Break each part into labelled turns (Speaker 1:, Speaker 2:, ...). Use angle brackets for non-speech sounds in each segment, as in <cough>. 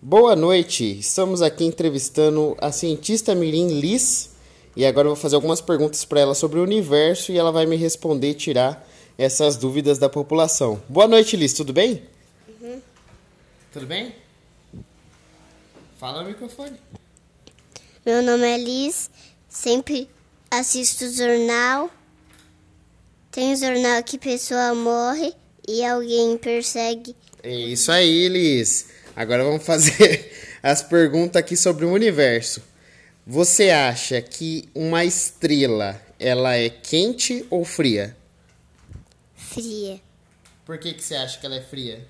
Speaker 1: Boa noite! Estamos aqui entrevistando a cientista Mirim Liz e agora eu vou fazer algumas perguntas para ela sobre o universo e ela vai me responder e tirar essas dúvidas da população. Boa noite, Liz, tudo bem?
Speaker 2: Uhum.
Speaker 1: Tudo bem? Fala no microfone.
Speaker 2: Meu nome é Liz, sempre assisto o jornal. Tem um jornal que pessoa morre e alguém persegue.
Speaker 1: É isso aí, Liz. Agora vamos fazer <laughs> as perguntas aqui sobre o universo. Você acha que uma estrela ela é quente ou fria?
Speaker 2: Fria,
Speaker 1: Por que, que você acha que ela é fria?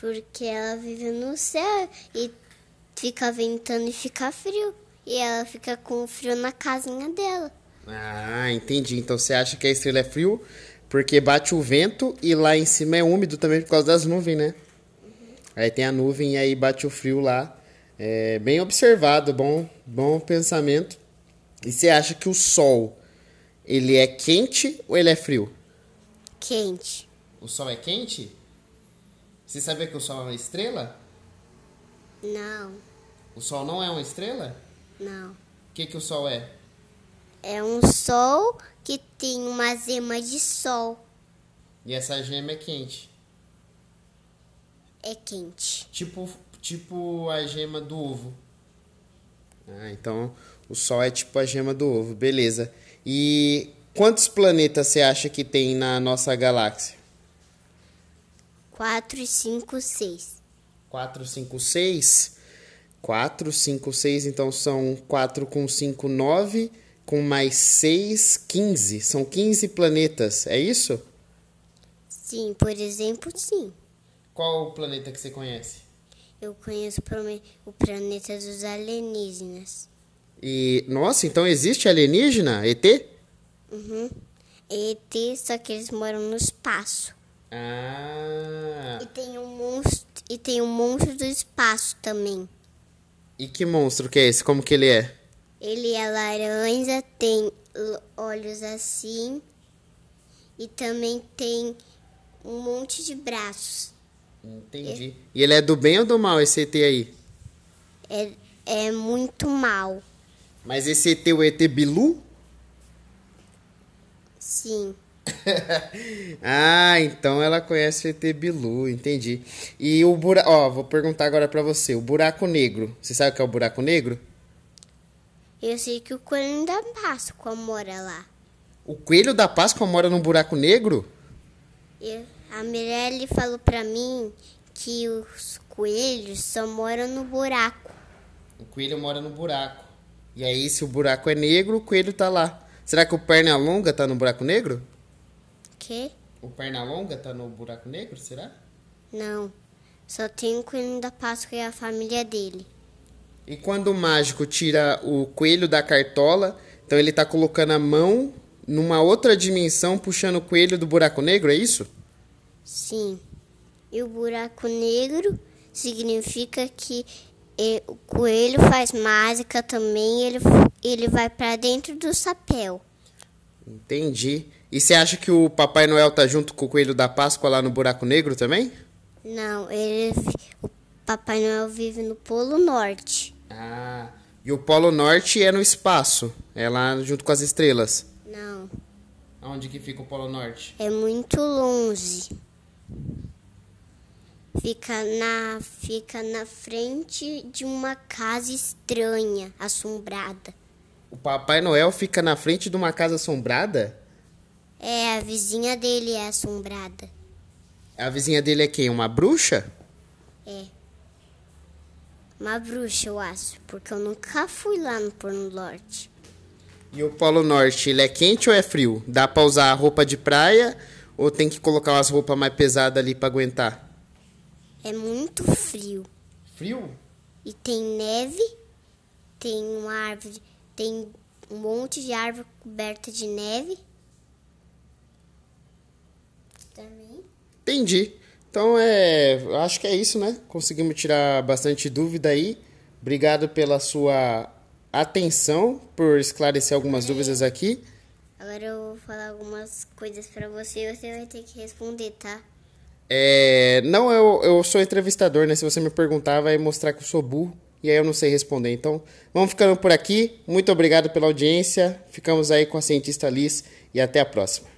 Speaker 2: porque ela vive no céu e fica ventando e fica frio. E ela fica com frio na casinha dela.
Speaker 1: Ah, entendi. Então você acha que a estrela é frio porque bate o vento e lá em cima é úmido também por causa das nuvens, né? Aí tem a nuvem e aí bate o frio lá. É bem observado, bom, bom pensamento. E você acha que o sol ele é quente ou ele é frio?
Speaker 2: Quente.
Speaker 1: O sol é quente? Você sabia que o sol é uma estrela?
Speaker 2: Não,
Speaker 1: O sol não é uma estrela?
Speaker 2: não.
Speaker 1: O que, que o sol é?
Speaker 2: É um sol que tem uma zema de sol.
Speaker 1: E essa gema é quente.
Speaker 2: É quente.
Speaker 1: Tipo, tipo a gema do ovo. Ah, então o Sol é tipo a gema do ovo, beleza. E quantos planetas você acha que tem na nossa galáxia?
Speaker 2: 4, 5, 6.
Speaker 1: 4, 5, 6? 4, 5, 6, então são 4 com 5, 9, com mais 6, 15. São 15 planetas, é isso?
Speaker 2: Sim, por exemplo, sim.
Speaker 1: Qual o planeta que você conhece?
Speaker 2: Eu conheço o prome- o planeta dos alienígenas.
Speaker 1: E, nossa, então existe alienígena? ET?
Speaker 2: Uhum. ET, só que eles moram no espaço.
Speaker 1: Ah,
Speaker 2: E tem um monstro, e tem um monstro do espaço também.
Speaker 1: e que monstro que é esse? Como que ele é?
Speaker 2: Ele é laranja, tem l- olhos assim e também tem um monte de braços.
Speaker 1: Entendi. E ele é do bem ou do mal, esse ET aí?
Speaker 2: É, é muito mal.
Speaker 1: Mas esse ET, o ET Bilu? <laughs>
Speaker 2: Sim.
Speaker 1: ah, então ela conhece o ET Bilu, entendi. E o buraco... Ó, vou perguntar agora pra você. O buraco negro. Você sabe o que é o buraco negro?
Speaker 2: Eu sei que o um coelho da Páscoa mora lá.
Speaker 1: O coelho da Páscoa mora num buraco negro?
Speaker 2: Eu- a Mirelle falou pra mim que os coelhos só moram no buraco.
Speaker 1: O coelho mora no buraco. E aí, se o buraco é negro, o coelho tá lá. Será que o perna longa tá no buraco negro?
Speaker 2: Que?
Speaker 1: O perna longa tá no buraco negro, será?
Speaker 2: Não. Só tem o coelho da Páscoa e a família dele.
Speaker 1: E quando o mágico tira o coelho da cartola, então ele tá colocando a mão numa outra dimensão, puxando o coelho do buraco negro, é isso?
Speaker 2: Sim. E o buraco negro significa que eh, o coelho faz mágica também. Ele, ele vai pra dentro do chapéu.
Speaker 1: Entendi. E você acha que o Papai Noel tá junto com o coelho da Páscoa lá no buraco negro também?
Speaker 2: Não, ele, vi- o Papai Noel vive no Polo Norte.
Speaker 1: Ah. E o Polo Norte é no espaço, é lá junto com as estrelas.
Speaker 2: Não,
Speaker 1: Onde que fica o Polo Norte?
Speaker 2: é muito longe. Fica na, fica na frente de uma casa estranha, assombrada.
Speaker 1: O Papai Noel fica na frente de uma casa assombrada?
Speaker 2: É, a vizinha dele é assombrada.
Speaker 1: A vizinha dele é quem? Uma bruxa?
Speaker 2: É. Uma bruxa, eu acho, porque eu nunca fui lá no Porno Norte.
Speaker 1: E o Polo Norte, ele é quente ou é frio? Dá pra usar a roupa de praia ou tem que colocar umas roupas mais pesadas ali pra aguentar?
Speaker 2: É muito frio.
Speaker 1: Frio?
Speaker 2: E tem neve, tem uma árvore, tem um monte de árvore coberta de neve. Também.
Speaker 1: Entendi. Então é. eu Acho que é isso, né? Conseguimos tirar bastante dúvida aí. Obrigado pela sua atenção, por esclarecer algumas dúvidas aqui.
Speaker 2: Agora eu vou falar algumas coisas pra você e você vai ter que responder, tá?
Speaker 1: É, não, eu, eu sou entrevistador, né? Se você me perguntar, vai mostrar que eu sou burro. E aí eu não sei responder. Então, vamos ficando por aqui. Muito obrigado pela audiência. Ficamos aí com a cientista Liz e até a próxima.